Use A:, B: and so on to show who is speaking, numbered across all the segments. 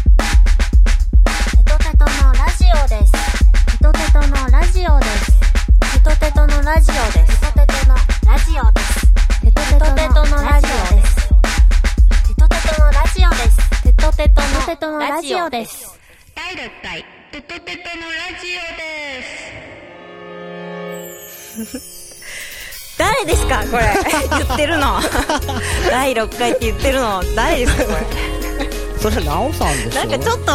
A: テトテトのラジオです。テトテトのラジオです。テトテトのラジオです。テトテトのラジオです。テトテトのラジオです。テトテトのラジオです。テトテトのラジオです。
B: 第6回、テトテトのラジオです。
C: 誰ですかこれ言ってる の第6回って言ってるの誰ですか こ
D: それはナオさんでしょ
C: れなんかちょっと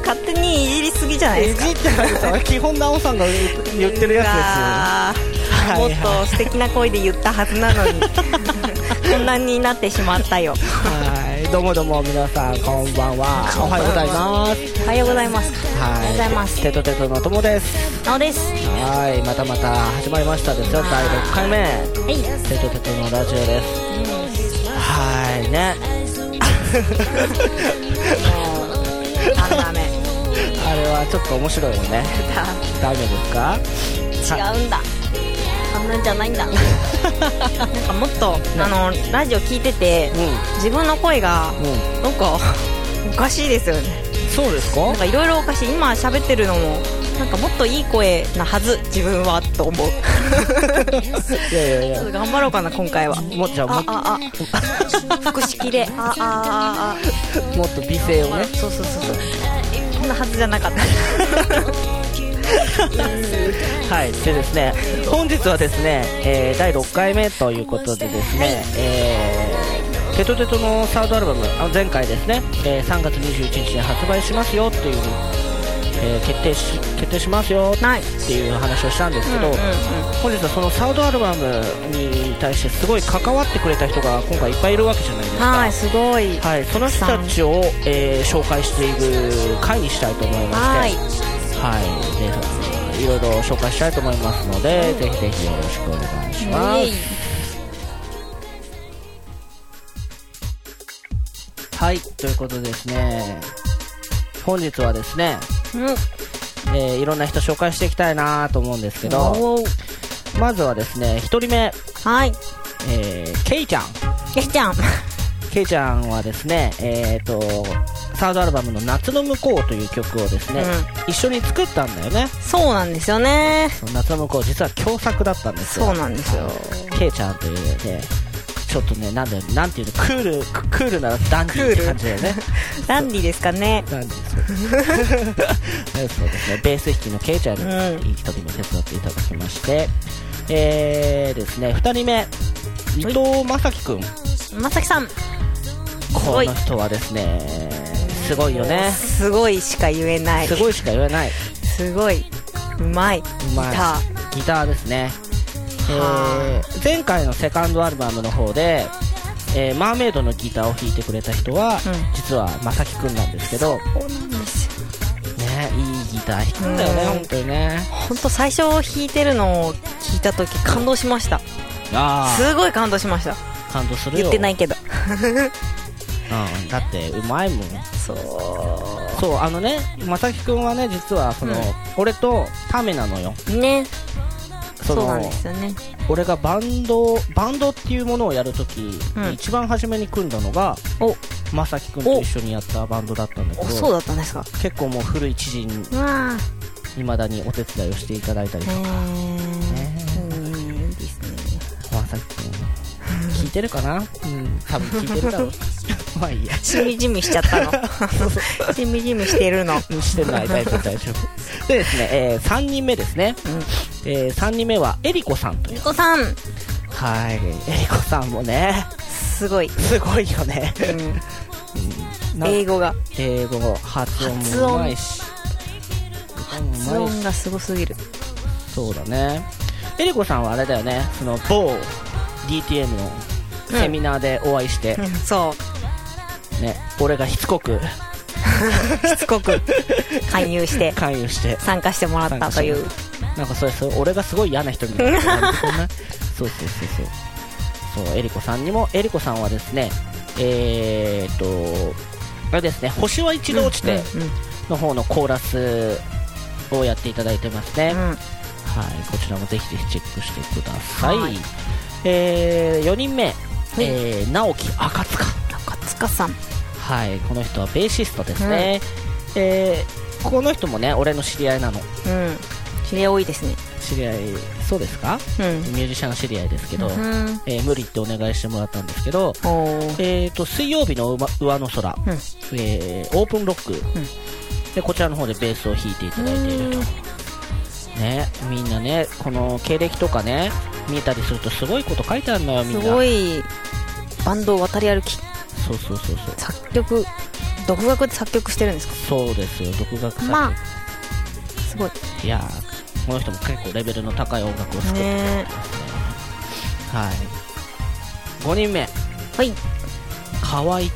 C: 勝手にいじりすぎじゃないですか
D: いじってないですよ基本ナオさんが言ってるやつ
C: うわー
D: はいは
C: も
D: い
C: っと素敵な声で言ったはずな のにこんなになってしまったよ
D: ですよはいどうもどうも皆さんこんばんはおはようございます
C: おはようございます
D: は
C: お
D: い
C: はようございます
D: テトテトのともです
C: なおです
D: はいまたまた始まりましたですよ第6回目
C: はい
D: テトテトのラジオですはいね
C: 3ダメ
D: あれはちょっと面白いよねダメですか
C: 違うんだあんなんじゃないん だなんかもっとあのラジオ聞いてて、
D: う
C: 自分の声が、
D: う
C: なんかおかしいですよね
D: そうですか
C: なんかいろいろおかしい今喋ってるのもなんかもっといい声なはず自分はと 思う
D: いやいやいや
C: ちょっと頑張ろうかな今回は
D: もっちゃんも
C: あ
D: っ
C: ああ腹式であああ
D: もっと美声を
C: ああ
D: ね
C: そうそうそうそうこんなはずじゃなかった
D: はい、でですね、本日はですね、えー第6回目ということでですね、えーテトテトのサードアルバム、あ前回ですね、えー3月21日に発売しますよっていう、えー決定し、決定しますよ
C: ない
D: っていう話をしたんですけど、
C: うんうんうん
D: 本日はそのサードアルバムに対してすごい関わってくれた人が今回いっぱいいるわけじゃないですか。
C: はいすごい
D: はい、その人たちを、えー紹介していく回にしたいと思いまして、
C: はい
D: はい、でいろいろ紹介したいと思いますので、ぜひぜひよろしくお願いします。はい、ということでですね、本日はですね、えーいろんな人紹介していきたいなと思うんですけど、
C: おー
D: まずはですね、1人目、
C: はい
D: えー、ケイちゃん。
C: よしちゃん
D: ケイちゃんはですね、えー、と、サードアルバムの夏の向こうという曲をですね、一緒に作ったんだよね。
C: そうなんですよね
D: その夏の向こう、実は共作だったんですよ。
C: そうなんですよ
D: ケイちゃんというね、ちょっとね、なんだよ、なんていうの、クール、ククールなダンディーって感じだよね。
C: ダンディですかね
D: ダンディーそうね そうですね、ベース弾きのケイちゃんに
C: うん
D: 一人も手伝っていただきまして、えーですね、二人目、伊藤正樹くん。
C: まさきさん
D: この人はですね、すごいよね。
C: すごいしか言えない
D: すごいしか言えない。
C: すごいうまいう
D: まい
C: ギタ
D: ギターですね、え
C: は
D: ー前回のセカンドアルバムの方で、えーマーメイドのギターを弾いてくれた人は、
C: うん
D: 実はまさきくんなんですけどね
C: そうなんですよ
D: いいギター弾くんだよね
C: うん
D: 本当にね
C: 本当最初弾いてるのを聞いた時感動しました
D: あ
C: すごい感動しました
D: あ感動するよ
C: 言ってないけど
D: うん、だってうまいもん
C: そう
D: そうあのねまさきくんはね実はその、
C: うん
D: 俺とタメなのよ
C: ね
D: そ
C: そ
D: の
C: うなんですよね
D: 俺がバンドバンドっていうものをやるとき、
C: うん
D: 一番初めに組んだのが
C: お
D: まさきくんと一緒にやったバンドだったんだけ
C: お
D: ど
C: そうだったんですか
D: 結構もう古い知人に
C: うわ
D: 未だにお手伝いをしていただいたり
C: ー
D: とか
C: へ
D: ね
C: ーうんいいですね
D: まさきくん聞いてるかなうん多分聞いてる だろうまあいいや
C: しみじみしちゃ ったのしみじみしてるの
D: してない大丈夫大 丈夫でですね、え3人目ですね、え3人目はえりこさんという
C: ニコさん
D: はいえりこさんもね
C: すごい、
D: すごい よね
C: うん
D: な
C: 英語が
D: 英語も発音
C: 発
D: も
C: 音
D: うまいし歌も
C: 発
D: うまいし
C: 音がすごすぎる
D: そうだねえりこさんはあれだよねその某 DTM のセミナーでお会いして、
C: うんそ
D: ね、俺がしつこく
C: うしつこく勧誘して
D: 関与して
C: 参加してもらったという
D: なんかそれそれ俺がすごい嫌な人みたいな そうそうそうそうそうえりこさんにもえりこさんはですねえー、っとあれですね星は一度落ちて
C: うん
D: の方のコーラスをやっていただいてますね、
C: うんうん
D: はい、こちらもぜひぜひチェックしてください、
C: はい
D: えー4人目、えー直木赤塚
C: 中塚さん
D: はいこの人はベーシストですね、えーこの人もね俺の知り合いなの
C: うん知り合い多いですね
D: 知り合いそうですか、
C: うん
D: ミュージシャンの知り合いですけど、
C: うん
D: えー無理ってお願いしてもらったんですけど、
C: おー
D: えー、と水曜日のうま上の空、
C: うん
D: えーオープンロック、
C: ん
D: でこちらの方でベースを弾いていただいていると、ね、みんなねこの経歴とかね見えたりするとすごいこと書いてあるのよみん
C: す
D: な
C: ごいバンドを渡り歩き
D: そうそうそうそう
C: 作曲独学で作曲してるんですか
D: そうですよ独学さ、
C: まあすごい
D: いやーこの人も結構レベルの高い音楽を作って、
C: ね
D: はい、5人目
C: はい
D: 河合徹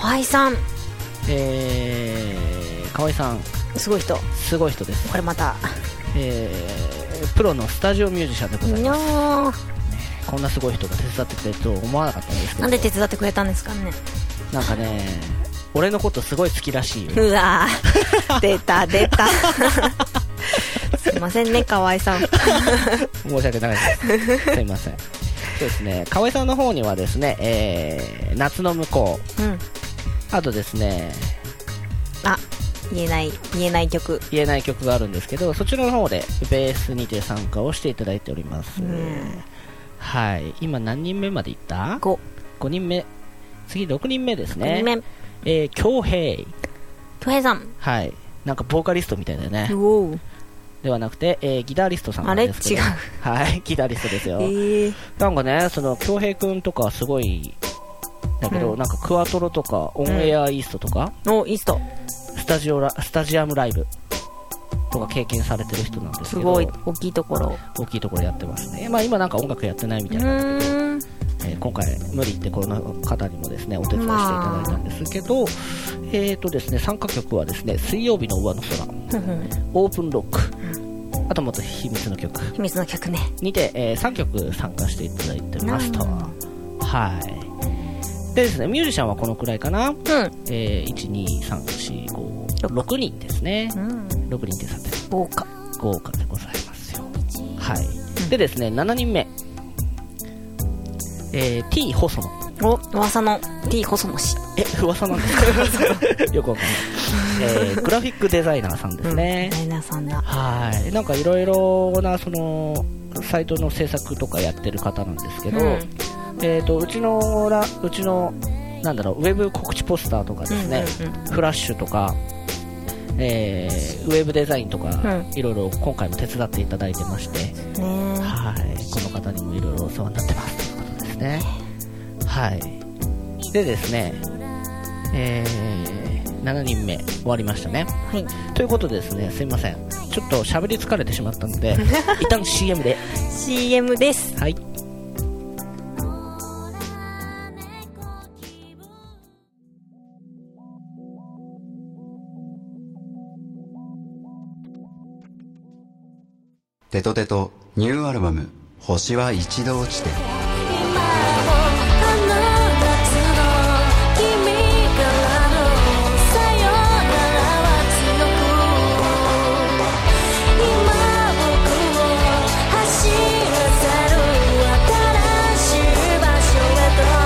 C: 河合さん
D: えー、河合さん
C: すごい人
D: すごい人です
C: これまた
D: えープロのスタジオミュージシャンでござい
C: にょ
D: ます
C: ー
D: こんなすごい人が手伝ってくれると思わなかったんですけど
C: なんで手伝ってくれたんですかね
D: なんかね俺のことすごい好きらしいよ
C: うわ ー出た出たすいませんね河合 さん
D: 申し訳ない ですすいませんそうですね河合さんの方にはですね、えー夏の向こう
C: うん
D: あとですね
C: あ言えない言えない曲
D: 言えない曲があるんですけどそちらの方でベースにて参加をしていただいております、
C: ん
D: はい今何人目までいった
C: 5
D: 5人目次6人目ですね
C: 人目
D: えー京平
C: 京平さん
D: はいなんかボーカリストみたいだよね
C: おお
D: ではなくて、えーギタリストさんなんですけど
C: あれ違う
D: はいギタリストですよ、
C: ええ
D: なんかねその恭平くんとかすごいだけど、
C: うん
D: なんかクワトロとかオンエアイーストとか、
C: おイースト
D: スタジオラスタジアムライブとか経験されてる人なんで
C: す
D: すけど
C: ごい大きいところ
D: 大きいところやってますね、まあ、今なんか音楽やってないみ
C: う
D: たいな、
C: ーん
D: えー今回無理ってこの方にもですねお手伝いしていただいたんですけど、えーとですね参加曲はですね水曜日の上の空
C: ふんふん
D: オープンロックあともっと秘密の曲
C: 秘密の曲ね
D: にて、えー3曲参加していただいてました
C: な
D: はいでですねミュージシャンはこのくらいかな、
C: う
D: えー、12345 6人ですね
C: んうん
D: 6人でさて
C: 豪華
D: 豪華でございますよはい、でですね7人目えー、T 細野
C: お噂の T 細野氏
D: え噂なんですか よくわかんない、えー、グラフィックデザイナーさんですね、
C: ダイナーさんだ
D: はい、なんかいろいろなそのサイトの制作とかやってる方なんですけど、
C: うん
D: えー、とうちのらうちのなんだろうウェブ告知ポスターとかですね、
C: うんうん
D: フラッシュとか、えーウェブデザインとか
C: う
D: いろいろ今回も手伝っていただいてまして、
C: ね
D: はいこの方にもいろいろお世話になってますということですね。はい、でですね、えー7人目終わりましたね。
C: はい
D: ということでですねすいませんちょっと喋り疲れてしまった ので一旦 CM で
C: CM です
D: はい
E: テトテトニューアルバム「星は一度落ちて」
F: 今もあの夏の君からのさよならは強く今僕を走らざる新しい場所へと
D: 「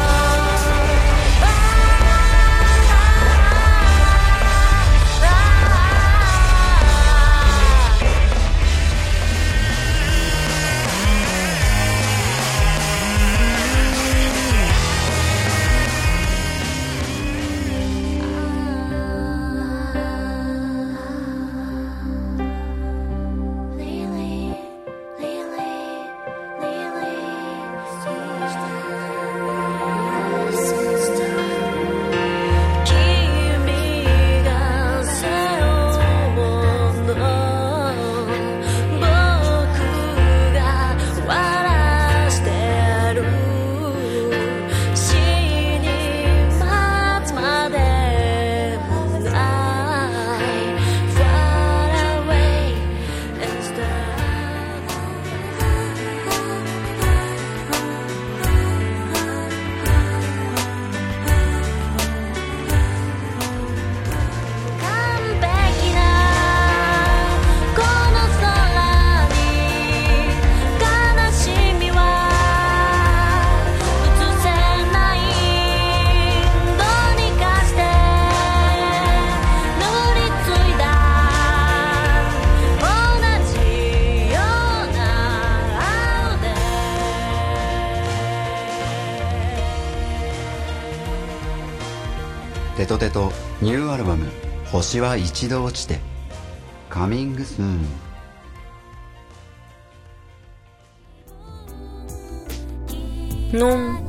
E: テトテトニューアルバム「星は一度落ちて」カミングスーン
C: のん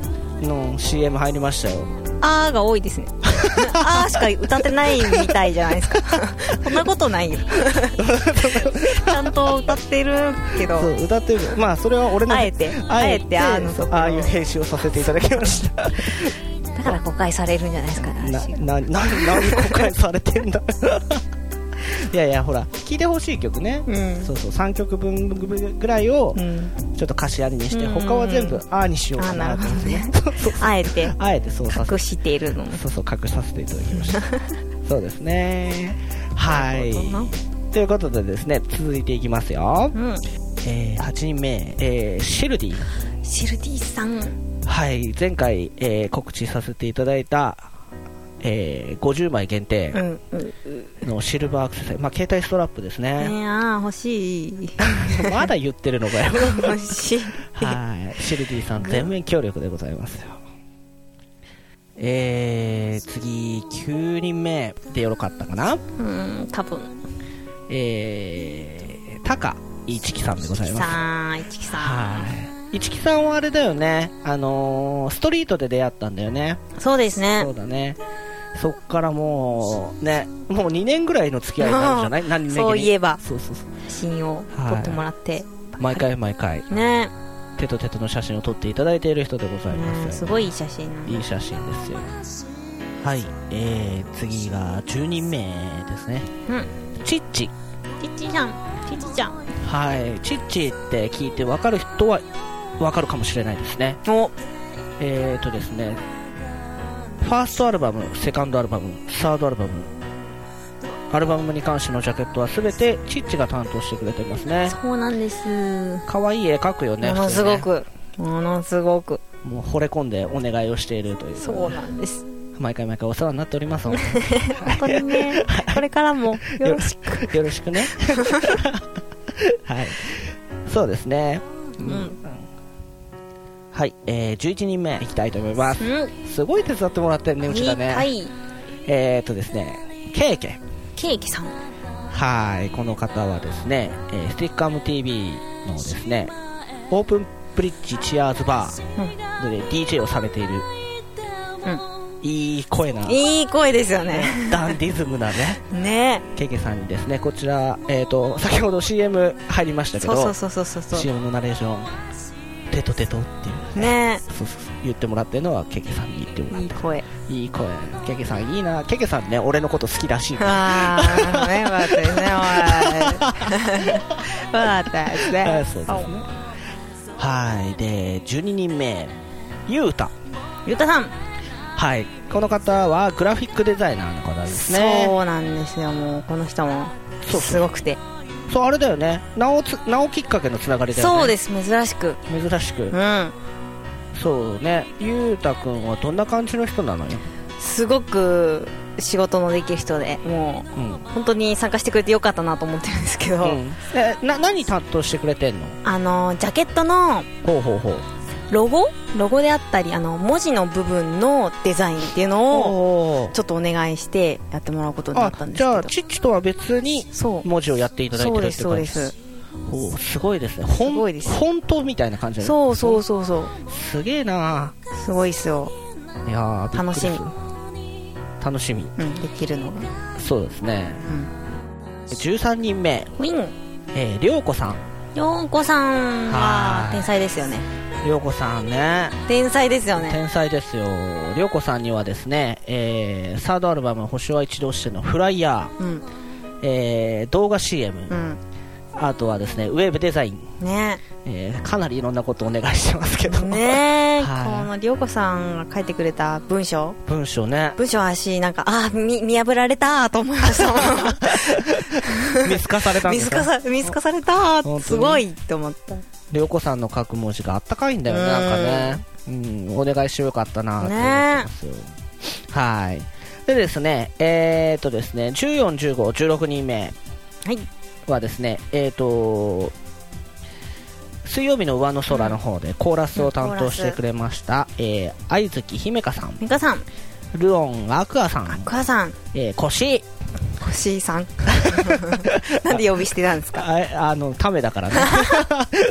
D: の CM 入りましたよ
C: あーが多いですねあーしか歌ってないみたいじゃないです かそんなことないよ ちゃんと歌ってるけど
D: そう歌ってるまあそれは俺の
C: あえて
D: あえて
C: あえてあの
D: そうああいう編集をさせていただきました
C: だから誤解されるんじゃないですかね
D: な
C: 私
D: なな何公開されてんだ いやいやほら聴いてほしい曲ね、
C: うん
D: そうそう3曲分ぐらいを
C: うん
D: ちょっと貸しありにして、
C: うん
D: 他は全部ああにしようかなと思ってねそうそう
C: あえて
D: あえてそうさせ
C: 隠しているのも
D: そうそう隠させていただきました そうですねはいということでですね続いていきますよ、
C: うん
D: えー8人目、えーシェルディ
C: シルディさん
D: はい前回、えー告知させていただいた、えー50枚限定
C: うんうんね
D: のシルバーアクセサリー、まあ、携帯ストラップです
C: え
D: ね
C: あー欲しい
D: まだ言ってるのかよ
C: 欲しい
D: はいシルディさん全面協力でございますよえー、次9人目でよろかったかな
C: うん多分
D: えー、タカ一木さんでございます
C: さん一木さ
D: はい一木さんはあれだよねあのーストリートで出会ったんだよね
C: んそうですね
D: そうだねそっからもうねもう2年ぐらいの付き合いになるんじゃない何年目に
C: そういえば
D: そうそうそう
C: 写真を撮ってもらって
D: 毎回毎回
C: ね
D: 手と手との写真を撮っていただいている人でございます、
C: うんすごいいい写真なんで
D: いい写真ですよはいえー、次が10人目ですね
C: うん
D: チッチ
C: ちっちゃんちっちゃん
D: はいチッチって聞いて分かる人は分かるかもしれないですね
C: お
D: えーとですね、ファーストアルバム、セカンドアルバム、サードアルバム、アルバムに関してのジャケットは全てチッチが担当してくれてますね。
C: そうなんです
D: 可愛い絵描くよね。
C: ものすご
D: 普通ね
C: くものすごく
D: もう惚れ込んでお願いをしているという。
C: そうなんです
D: 毎回毎回お世話になっており ます。本
C: 本当に ねこれからも
D: 当に
C: よろしく
D: く。よろしく ね。はい。そうですね。うんはい、えー、11人目いきたいと思います。
C: うん
D: すごい手伝ってもらってるね、うちだね。
C: はい
D: えーとですね、ケーケ。
C: ケーキさん
D: はい、この方はですね、えースティックアム TV のですね、オープンブリッジチアーズバーで DJ をされている、いい声な、
C: いい声ですよね
D: ダンディズムなね、
C: ね
D: ケケさんにですね、こちら、えっ、と、先ほど CM 入りましたけ
C: そ
D: ど、
C: うそうそうそうそうそ
D: CM のナレーション、テトテトっていうう、
C: ね
D: そうそうそう言ってもらってるのはケケさんに言ってもら
C: いい
D: った。
C: 声
D: いい声。ケケさんいいな。ケケさんね、俺のこと好きらしいから。
C: ああなるほど ねよかったですねおいよかったです
D: は
C: ね
D: いそうですねはいで12人目ゆうた
C: ゆうたさん
D: はいこの方はグラフィックデザイナーの方ですね
C: そうなんですよもうこの人も
D: そうそう
C: すごくて
D: そうあれだよね名をつ名をきっかけのつながりだよね
C: そうです珍しく
D: 珍しく、
C: うん
D: そうねゆうたくんはどんな感じの人なのよ
C: すごく仕事のできる人でも
D: うん、
C: う本当に参加してくれてよかったなと思ってるんですけど、
D: うんえな何担当してくれてんの
C: あのジャケットの
D: ほうほうほう
C: ロゴロゴであったりあの文字の部分のデザインっていうのを
D: おー
C: ちょっとお願いしてやってもらうことにな
D: あ
C: ったんですけ
D: じ
C: ど
D: ゃあチッチとは別に
C: そう
D: 文字をやっていただいてるって
C: そう
D: 感
C: で
D: じ
C: すそうです
D: おーすごいですねほん
C: すごいです
D: 本当みたいな感じだね
C: そうそうそうそう
D: すげえな
C: すごいですよ、
D: いやー
C: 楽しみ
D: びっくりする楽しみ
C: うん、できるのが
D: そうですね、13人目
C: ウィン
D: えーりょうこさん
C: ヨンコさん
D: は
C: はい天才ですよね
D: りょうこさんね
C: 天才ですよね
D: 天才ですよりょうこさんにはですね、えーサードアルバム「星は一度して」のフライヤ
C: うん
D: ー、えー動画 CM、
C: うん
D: あとはですねウェブデザイン、
C: ね
D: えーかなりいろんなことお願いしてますけど、
C: ねえ、
D: はい
C: この涼子さんが書いてくれた文章
D: 文章ね
C: 文章はしなんかああ見見破られたーと思いま した
D: 見透かされたんで
C: 見
D: す
C: 透
D: か
C: かさ見透かされたー
D: 本当に
C: すごいって思ったね
D: りょうこさんの書く文字があったかいんだよね、
C: うん
D: なんかね。うん、お願いしてよかったなと思ってますよ。はい。でですね、えー、っとですね、14、15、16人目
C: はい
D: はですね、えー、っと、水曜日の上の空の方でコーラスを担当してくれました、えー、愛月姫香さん。
C: 美香さん
D: ルオンアクアさん、
C: 母さん
D: えー、コシ
C: 星井さん なんで呼び捨てなんですか
D: ああのため だからね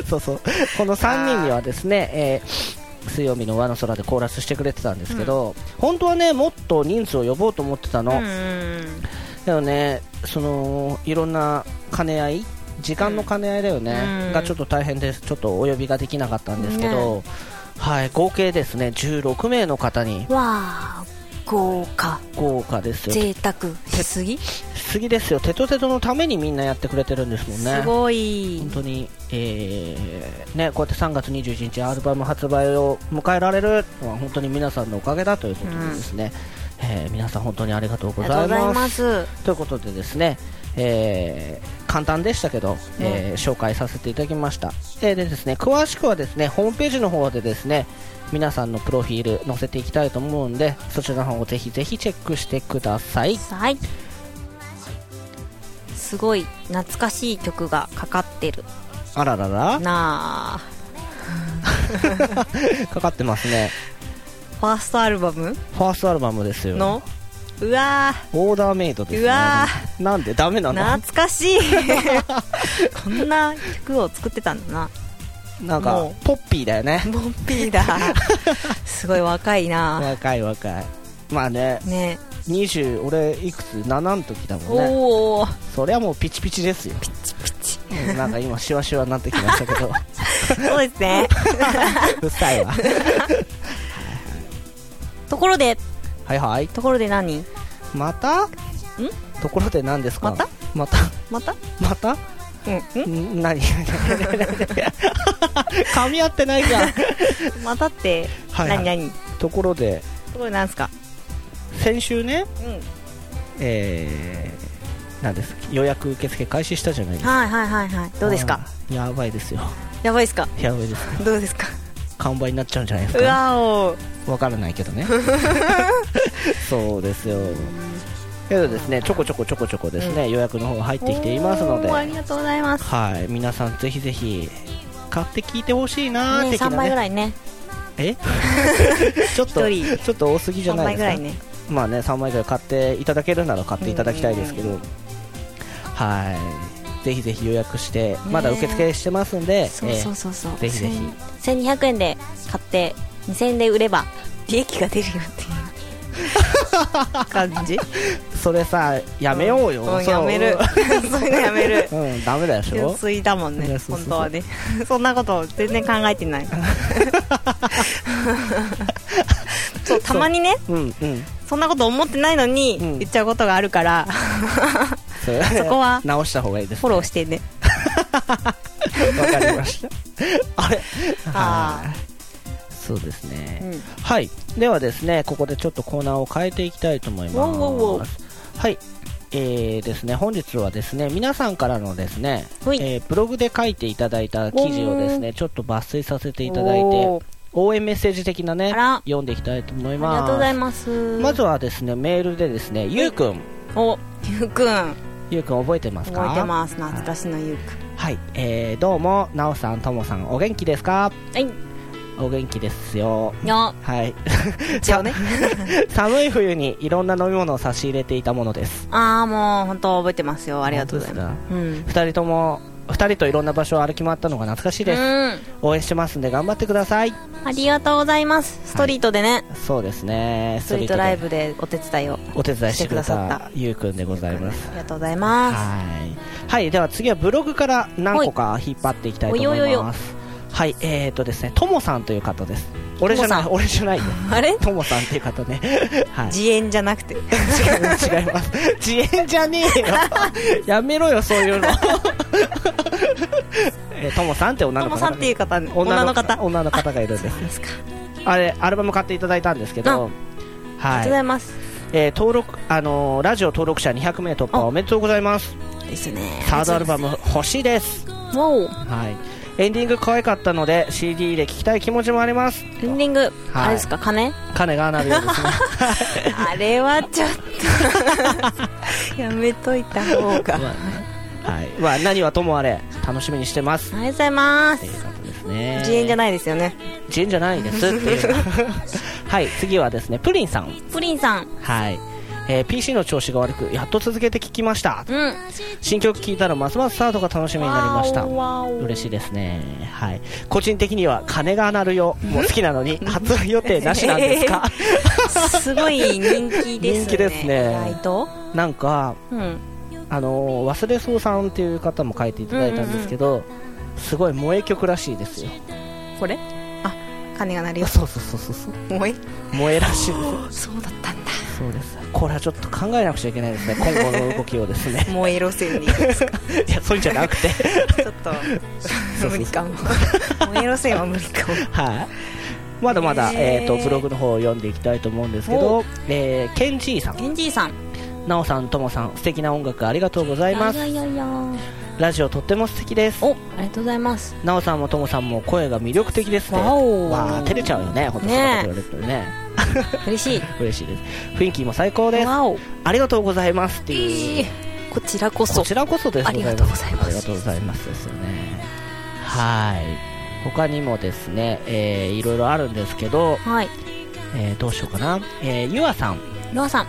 D: そうそうこの3人にはですね、えー水曜日の上の空でコーラスしてくれてたんですけど、本当はねもっと人数を呼ぼ うと思ってたの、
C: うんうん
D: だよねそのいろんな兼ね合い時間の兼ね合いだよね、
C: うん
D: がちょっと大変ですちょっとお呼びができなかったんですけど、はい合計ですね16名の方に
C: わあ豪華
D: 豪華ですよ
C: 贅沢しすぎ
D: 次ですよテトテトのためにみんなやってくれてるんですもんね
C: すごい
D: 本当に、えーね、こうやって3月21日アルバム発売を迎えられるのは本当に皆さんのおかげだということでですね、えー皆さん本当にありがとうご
C: ありがと
D: ざ
C: う
D: い
C: ござい
D: ます
C: ます
D: ということでですね、えー簡単でしたけど、えー紹介させていただきました、えーでですね、詳しくはですねホームページの方でですね皆さんのプロフィール載せていきたいと思うんでそちらの方をぜひぜひチェックしてください
C: はいすごい懐かしい曲がかかってる
D: あららら
C: なあ
D: かかってますね
C: ファーストアルバム
D: ファーストアルバムですよ
C: のうわ
D: オーダーメイドです、ね、
C: うわ
D: なんでダメな
C: ー
D: の
C: 懐かしい こんな曲を作ってたんだな
D: なんか
C: もう
D: ポッピーだよね
C: ボンピーだすごい若いな
D: 若い若いまあね
C: ね
D: 20俺いくつ7の時だもんね
C: おおピ
D: そりゃもうピチピチですよ
C: チピチ
D: うんなんか今シワシワになってきましたけ
C: そ
D: ど
C: うです ね
D: うっさいわ
C: ところで
D: はいはい
C: ところで何
D: またんところで何ですか
C: また
D: また
C: また
D: また
C: うん
D: ん何噛み合ってないじゃん
C: んまたって
D: はいはい
C: 何何
D: ところで
C: ところで何すか
D: 先週ね
C: うん
D: えー、なんです予約受付開始したじゃないですか
C: はいはいはいはいどうですか
D: あーやばいですよ
C: やばいですか
D: やばいです
C: どうですか
D: 完売になっちゃうんじゃないです
C: う
D: か
C: わお
D: わからないけ どねそうですよけどですねちょこちょこちょこちょこですね、予約の方が入ってきていますので
C: おーありがとうございます
D: はい皆さんぜひぜひ買って聞いてほしいなー
C: ね
D: 的な
C: 3
D: ね
C: 倍ぐらいね
D: えちょっと
C: 一人
D: ちょっと多すぎじゃ
C: 3
D: な
C: 倍
D: いで
C: ぐ
D: すから
C: いね
D: まあね3枚ぐらい買っていただけるなら買っていただきたいですけど、はいぜひぜひ予約して、まだ受付してますんで
C: そうそうそうそう、
D: ぜひぜひ
C: 千1200円で買って2000円で売れば利益が出るよっていう感じ
D: えーそれさ やめようよ、
C: うん
D: そう
C: やめるそういうのやめる
D: うんダメだでしょ
C: 純いだもん
D: い
C: ね
D: やそうそうそう
C: 本当はね そんなこと全然考えて ないそうたまにね
D: うんうん
C: そんなこと思ってないのに
D: うん
C: 言っちゃうことがあるから、
D: それ
C: そこは
D: 直した方がいいです
C: フォローしてね
D: わかりました あれ
C: あー
D: はいそうですね、
C: うん
D: はいではですねここでちょっとコーナーを変えていきたいと思います
C: ウォウウォウウォ
D: はいえーですね本日はですね皆さんからのですね、
C: ほい
D: えーブログで書いていただいた記事をですねちょっと抜粋させていただいて
C: おー
D: 応援メッセージ的なね
C: あら
D: 読んでいきたいと思い
C: あり
D: ま
C: が
D: す
C: とうございます
D: まずはですねメールでですねゆうくん
C: おゆうくん
D: ゆうくん覚えてますか
C: 覚えてます懐かしのゆうく
D: はい、えーどうもなおさんともさんお元気ですか
C: んはい
D: お元気ですよ
C: よ
D: はい
C: 一応ね
D: 寒い冬にいろんな飲み物を差し入れていたものです
C: ああもう本当覚えてますよありがとうございま
D: 本
C: すうん
D: 2人とも2人といろんな場所を歩き回ったのが懐かしいです、
C: う
D: 応援してますんで頑張ってください
C: んありがとうございますストリートでね、
D: そうですね
C: ストリートライブでお手伝いを
D: お手伝いしてくれ
C: してくださったた
D: ゆうくんでございます
C: ありがとうございます
D: はい、はい、では次はブログから何個か引っ張っていきたいと思
C: おいおい
D: い
C: おいお
D: ま
C: い
D: すはいえーとですねともさんという方です俺じゃない
C: とも
D: 俺じゃないよ
C: あれ
D: ともさんっていう方 ねはい
C: 自演じゃなくて
D: 違います違います 自演じゃねえよ やめろよそういうの えーともさんって女
C: と
D: の
C: も
D: 子
C: さんっていう方ね女の方
D: 女の方がいるんです
C: ですか
D: あれアルバム買っていただいたんですけど
C: ありが
D: は
C: とうござい
D: い、
C: ます
D: えー登録あのーラジオ登録者200名突破
C: あ
D: おめでとうございます
C: ですね
D: サードアルバム欲しいです
C: もう
D: はいエンディング可愛かったので CD で聴きたい気持ちもあります
C: エンディング
D: はい
C: あれですか金
D: 金がなるようですね
C: あれはちょっ とやめといた方がありがと
D: はい、まあ、何はともあれ楽しみにしてます
C: うございま
D: という
C: す
D: ことですですね
C: 自演じゃないですよね
D: 自演じゃないですっていう はい次はですねプリンさん
C: プリン さん
D: はい、えー PC の調子が悪くやっと続けて聞きました
C: うん
D: 新曲聴いたらますますスタートが楽しみになりました
C: わお
D: 嬉しいですねはい個人的には鐘が鳴るよもう好きなのに発売予定なしなんですか
C: すごい人気ですね
D: 人気ですね
C: 意外と
D: なんか
C: うん
D: あのー忘れそうさんっていう方も書いていただいたんですけど、すごい萌え曲らしいですよ
C: これあ鐘が鳴るよ
D: そうそうそうそうそう
C: もう え
D: 萌えらしいです
C: そ
D: よ
C: うだったんだ
D: そうですこれはちょっと考えなくちゃいけないですね今後の動きをです ね
C: もうエロ線に
D: いやそういうんじゃなくて
C: ちょっと無理か も。燃え路線は無理かも。
D: はい、まだまだ、
C: へー
D: えー、とブログの方を読んでいきたいと思うんですけど、えー、ケンジーさん
C: ケンジーさん、
D: なおさんともさん素敵な音楽ありがとうございますラジオとっても素敵です
C: お、ありがとうございます。
D: なおさんもともさんも声が魅力的ですね
C: わお
D: わー照れちゃうよねほんとそんなこと言われるとね
C: 嬉しい。
D: 嬉しいです雰囲気も最高です
C: わお。
D: ありがとうございますっていう、
C: いいこちらこそ。
D: こちらこそです
C: ありがとうございます
D: ありがとうございますですよねはい他にもですね、えー、いろいろあるんですけど、
C: はい。
D: えー、どうしようかな、えー、ゆあさん
C: ロアさん、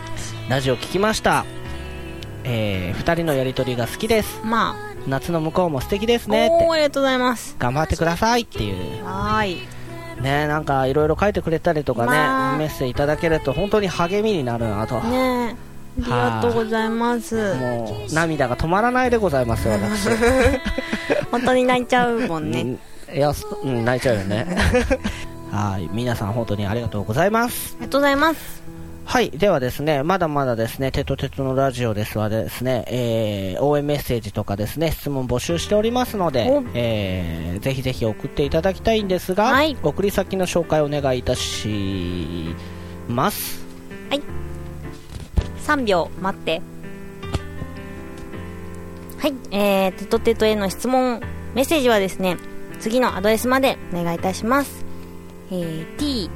D: ラジオ聞きました、えー、2人のやりとりが好きです
C: ま
D: 夏の向こうも素敵です
C: あ、
D: ねっ
C: おー
D: て
C: ありがとうございます。
D: 頑張ってくださいっていう
C: はーい。
D: ねなんかいろいろ書いてくれたりとかね、
C: まあ
D: メッセージいただけると本当に励みになるなと、
C: ねえ、ありがとうございます。
D: もう涙が止まらないでございますよ私
C: 本当に泣いちゃうもん ね。
D: うんいやそうん泣いちゃうよね はい皆さん本当にありがとうございます
C: ありがとうございます。
D: はい。ではですね、まだまだですね、テトテトのラジオですはですね、えー応援メッセージとかですね、質問募集しておりますので
C: お、
D: えーぜひぜひ送っていただきたいんですが、
C: はい
D: 送り先の紹介お願いいたします。
C: 3秒待って。はい、えー、テトテトへの質問、メッセージはですね、次のアドレスまでお願いいたします。えー、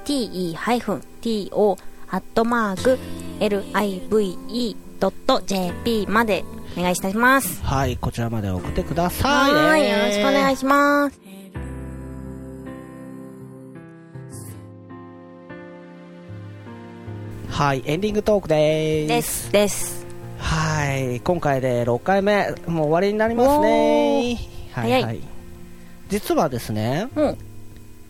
C: te-to-te-to アットマーク live.jp までお願いいたします。
D: はい。こちらまで送ってくださいね。
C: はい、よろしくお願いします。
D: はい。エンディングトークでーす。
C: です、です。
D: はい。今回で6回目、もう終わりになりますね。はい、
C: 早
D: はい。実はですね、
C: うん、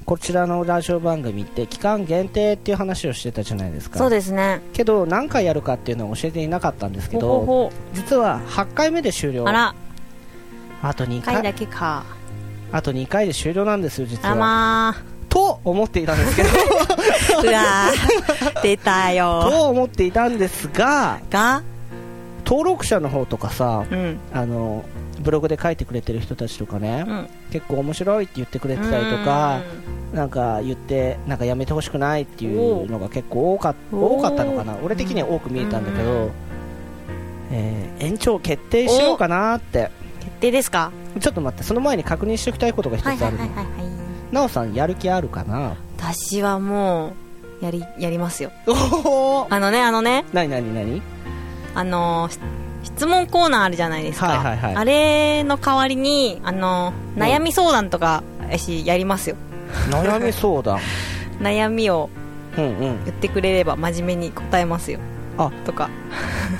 D: こちらのラジオ番組って期間限定っていう話をしてたじゃないですか
C: そうですね。
D: けど何回やるかっていうのを教えていなかったんですけ
C: ほ
D: ど
C: ほほ。
D: 実は8回目で終了
C: あら、
D: あと2
C: 回だ
D: 回
C: け か。
D: あと2回で終了なんですよ実
C: あ
D: は、
C: ま
D: と思っていた んですけど
C: ー。うわー。出たよ
D: と思っていたんですが
C: が、
D: 登録者の方とかさ
C: うん。
D: あのブログで書いてくれてる人たちとかね、
C: うん。
D: 結構面白いって言ってくれてたりとかなんか言ってなんかやめてほしくないっていうのが結構多か
C: おー
D: 多かったのかな俺的には多く見えたんだけど、えー延長決定しようかなって
C: うん。決定ですか
D: ちょっと待ってその前に確認しておきたいことが一つ
C: はいは
D: あ
C: い
D: る
C: はい
D: の
C: はい。
D: なおさんやる気あるかな
C: 私はもう、やり、やりますよ。
D: おお
C: あのね、あのね、
D: なになになに
C: あのーし質問コーナーあるじゃないですか。
D: はいはいはい
C: あれの代わりに、あのー悩み相談とか、私、やりますよ。
D: 悩み相 談
C: 悩みを
D: うんうん
C: 言ってくれれば真面目に答えますよ。
D: あ
C: とか。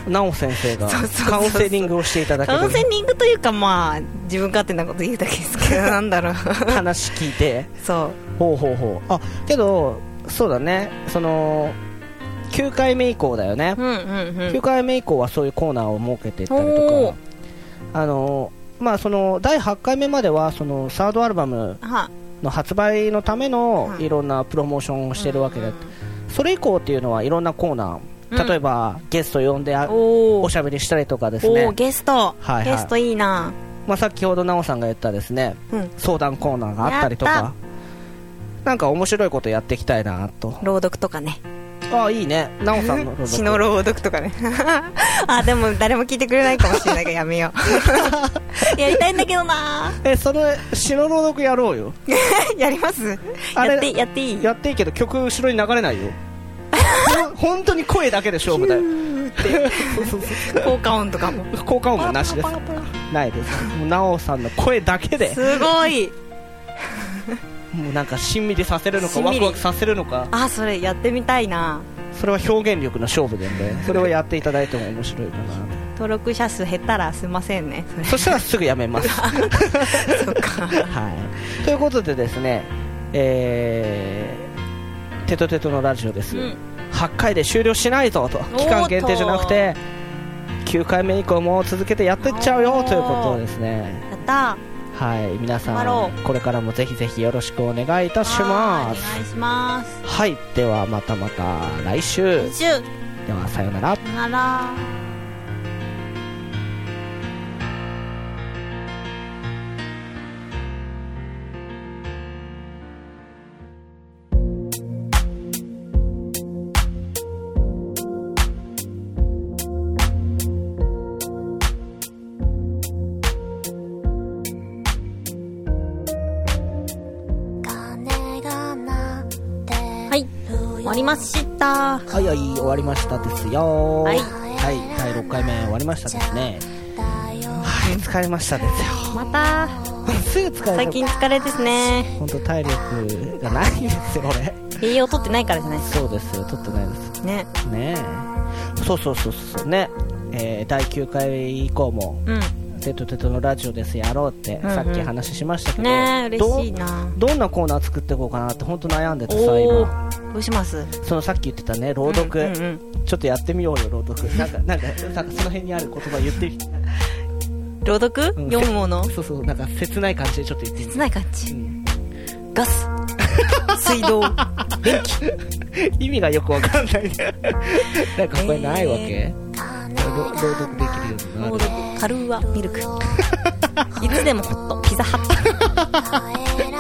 D: なお先生が
C: そうそうそうそう
D: カウンセリングをしていただけ
C: カウンセ
D: る
C: リングというか、まあ、自分勝手なこと言うだけですけど、 なんだろう。
D: 話聞いて
C: そう。
D: ほうほうほうあけどそうだねその9回目以降だよね、
C: うんうんう
D: 9
C: ん。
D: 回目以降はそういうコーナーを設けていったりと
C: おー
D: かあの、まあ、その第8回目まではそのサードアルバム
C: は
D: の発売のための
C: はい
D: いろんなプロモーションをしてるわけで、それ以降っていうのはいろんなコーナ
C: うん
D: ー例えば、ゲスト呼んであ
C: おー
D: おしゃべりしたりとかです
C: おー
D: ね、
C: ゲスト、
D: はいはい
C: ゲストいいな
D: まあ、先ほど奈緒さんが言ったですね
C: うん
D: 相談コーナーがあったりと
C: や
D: か
C: っ
D: なんか面白いことやっていきたいなと
C: 朗読とかね
D: ああいいね奈緒さん の
C: 詩の朗読とかねあでも誰も聞いてくれないかもしれないからやめようやりたいんだけどな
D: えその詩の朗読やろうよ
C: やります
D: あれ
C: やってやっていい
D: やっていいけど曲後ろに流れないよ ほん本当に声だけで勝負だよそうそうそ
C: 効果音とかも
D: う効果音もなしです
C: パラパラパラ
D: ないですもう奈緒さんの声だけです
C: ごい
D: もうなんかしんみりさせるのか
C: しんみ
D: ワ
C: り
D: クワクさせるのか
C: あそれやってみたいな
D: それは表現力の勝負なんでそれをやっていただいても面白いかな
C: 登録者数減ったらすいませんね
D: そしたらすぐやめます
C: そっか
D: はい、ということでですね、えー、テトテトのラジオです、
C: うん
D: 8回で終了しないぞと
C: ーと
D: 期間限定じゃなくて9回目以降も続けてやってっちゃう
C: おー
D: よということですね
C: やった
D: はい
C: 頑
D: 皆
C: 張
D: さ
C: ろ
D: んこれからもぜひぜひよろしくお願いいたしま
C: お
D: す
C: 願いします
D: はいではまたまた来週
C: ジュ
D: ではさようなら
C: ならはい終わりました
D: はいはい終わりましたですよ
C: はい
D: はい、第6回目終わりましたですねはい疲れましたですよ
C: また
D: すぐ疲
C: 最
D: れちゃ
C: 近疲れですね
D: う本当体力がないんですよ俺
C: 栄養取ってないからじゃないです
D: そうですよ取ってないです
C: かね
D: ねえそうそうそうそうねえー第9回以降も
C: うん
D: 「テトテトのラジオですやろう」って
C: んうん
D: さっき話しましたけど、
C: ねえ
D: ど
C: 嬉しいな
D: どんなコーナー作っていこうかなって本当悩んでてさ
C: おお
D: 今
C: どうします
D: そのさっき言ってたね朗読、
C: うんうんうん
D: ちょっとやってみようよ朗読なんかなんかなんかその辺にある言葉言ってみ
C: 朗読
D: うん
C: 読むもの
D: そうそうなんか切ない感じでちょっと言ってみ
C: 切ない感じ
D: うん
C: ガス水道
D: 意味がよくわかん ないねなんかこれないわけ、ろ朗読できるようになる
C: カルーアミルクいつでもホットピザハット